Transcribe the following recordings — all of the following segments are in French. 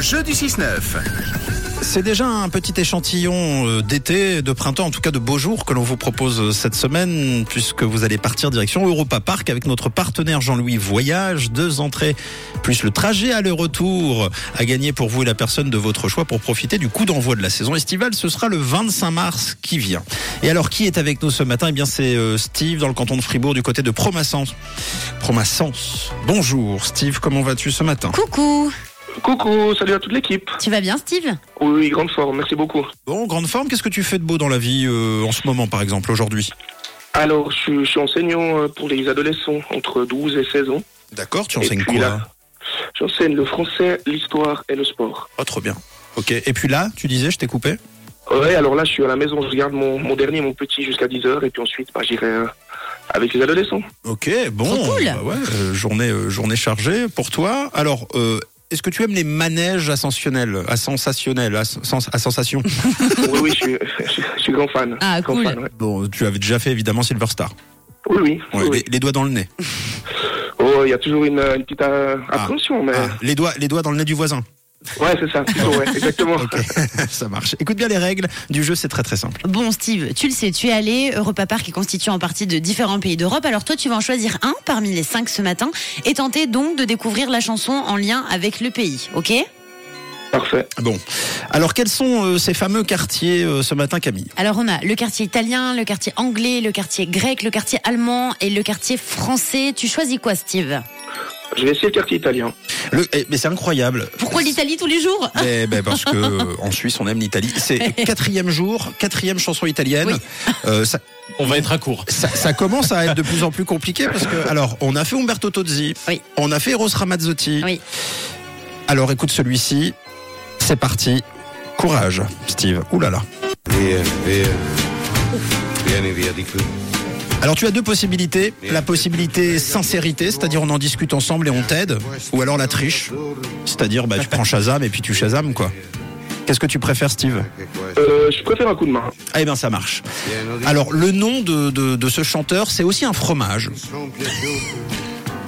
jeu du 6-9. C'est déjà un petit échantillon euh, d'été, de printemps, en tout cas de beaux jours que l'on vous propose euh, cette semaine, puisque vous allez partir direction Europa Park avec notre partenaire Jean-Louis Voyage. Deux entrées plus le trajet aller-retour à gagner pour vous et la personne de votre choix pour profiter du coup d'envoi de la saison estivale. Ce sera le 25 mars qui vient. Et alors, qui est avec nous ce matin Eh bien, c'est euh, Steve dans le canton de Fribourg, du côté de Promassens. Promassens. Bonjour Steve, comment vas-tu ce matin Coucou Coucou, salut à toute l'équipe. Tu vas bien Steve Oui, grande forme, merci beaucoup. Bon, grande forme, qu'est-ce que tu fais de beau dans la vie euh, en ce moment, par exemple, aujourd'hui Alors, je, suis- je suis enseignant euh, pour les adolescents entre 12 et 16 ans. D'accord, tu Et enseignes puis quoi là- J'enseigne le français, l'histoire et le sport. Pas trop bien. Ok, et puis là, tu disais, je t'ai coupé Ouais, alors là, je suis à la maison, je regarde mon, mon dernier, mon petit, jusqu'à 10h, et puis ensuite, bah, j'irai euh, avec les adolescents. Ok, bon. Trop cool. bah ouais, euh, journée, euh, journée chargée pour toi. Alors, euh, est-ce que tu aimes les manèges ascensionnels À sensationnels, à, sens- à sensation oui, oui, je suis, je suis grand fan. Ah, Grand cool. fan, ouais. Bon, tu avais déjà fait évidemment Silver Star. Oui, oui. Ouais, oui, oui. Les, les doigts dans le nez. Oh, il y a toujours une, euh, une petite euh, appréhension, mais. Ah, les, doigts, les doigts dans le nez du voisin. Ouais, c'est ça, plutôt, ouais, exactement. Ok, ça marche. Écoute bien les règles du jeu, c'est très très simple. Bon Steve, tu le sais, tu es allé, Europa Park est constitué en partie de différents pays d'Europe, alors toi tu vas en choisir un parmi les cinq ce matin et tenter donc de découvrir la chanson en lien avec le pays, ok Parfait. Bon, alors quels sont euh, ces fameux quartiers euh, ce matin, Camille Alors on a le quartier italien, le quartier anglais, le quartier grec, le quartier allemand et le quartier français. Tu choisis quoi Steve Je vais essayer le quartier italien. Le- eh, Mais c'est incroyable. Pourquoi l'Italie tous les jours Eh ben parce que euh, en Suisse on aime l'Italie. C'est quatrième jour, quatrième chanson italienne. Euh, ça, On va être à court. ça, ça commence à être de plus en plus compliqué parce que alors on a fait Umberto Tozzi, Oui. on a fait Eros Ramazzotti. Oui. Alors écoute celui-ci, c'est parti. Courage, Steve. Ouh là là. Via, via, vieni via di qui. Alors tu as deux possibilités. La possibilité sincérité, c'est-à-dire on en discute ensemble et on t'aide, ou alors la triche, c'est-à-dire bah tu prends Shazam et puis tu Shazam quoi. Qu'est-ce que tu préfères, Steve Che questo Euh, je préfère un coup de main. Eh bien, ça marche. è pieno di Alors, le nom de, de- de ce chanteur, c'est aussi un fromage son piaciuti.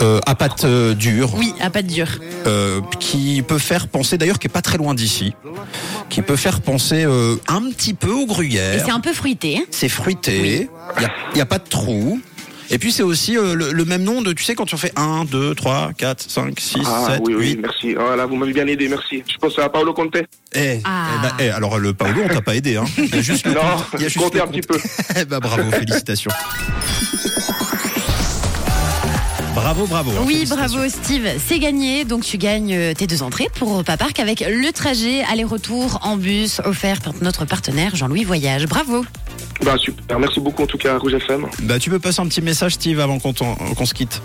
euh, à pâte euh, dure Oui, à pas de dur. euh, qui peut faire penser, d'ailleurs, qui est pas très loin d'ici, qui peut faire penser euh, un petit peu au Et gruyère. c'est un peu fruité. hein C'est fruité, il n'y a, pas de trou. Et puis, c'est aussi euh, le, le même nom de, tu sais, quand tu en fais 1, 2, 3, 4, 5, 6, Ah 7, oui, 8. oui, merci. Voilà, vous m'avez bien aidé, merci. Je pense à Paolo Conte. Eh, Ah. eh ben, eh, alors, le Paolo, on t'a pas aidé. Hein. Il y a juste le Non, compte- il y a juste comptez le un petit compte. Eh ben, bravo, félicitations. Bravo, bravo. hein, Oui, félicitations. bravo Steve, c'est gagné. Donc tu gagnes euh, tes deux entrées pour Europa Park avec le trajet aller-retour en bus offert par notre partenaire Jean-Louis Voyage. Bravo. Bah super, merci beaucoup en tout cas à Rouge FM. Bah, tu peux passer un petit message, Steve, avant qu'on t'en- qu'on se quitte.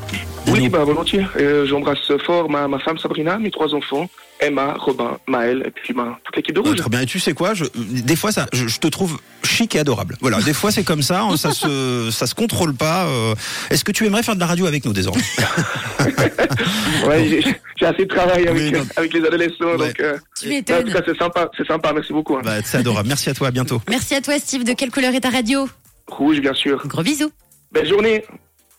Oui, Dis-nous. bah volontiers. Euh, J'embrasse fort ma, ma femme Sabrina, mes trois enfants, Emma, Robin, Maël, et puis bah, toute l'équipe de Ouais, Rouge. Ah, très bien. Et tu sais quoi je, Des fois, ça, je, je te trouve chic et adorable. Voilà, des fois, c'est comme ça, hein, ça se, ça se contrôle pas. euh. Est-ce que tu aimerais faire de la radio avec nous désormais Ouais, j'ai- j'ai assez de travail avec, Oui, non. avec les adolescents, Ouais. donc euh, Tu en tout m'étonnes. cas c'est sympa, c'est sympa, merci beaucoup. hein. bah, C'est adorable. Merci à toi, à bientôt. Merci à toi Steve. De quelle couleur est ta radio Rouge bien sûr. Gros bisous. Belle journée.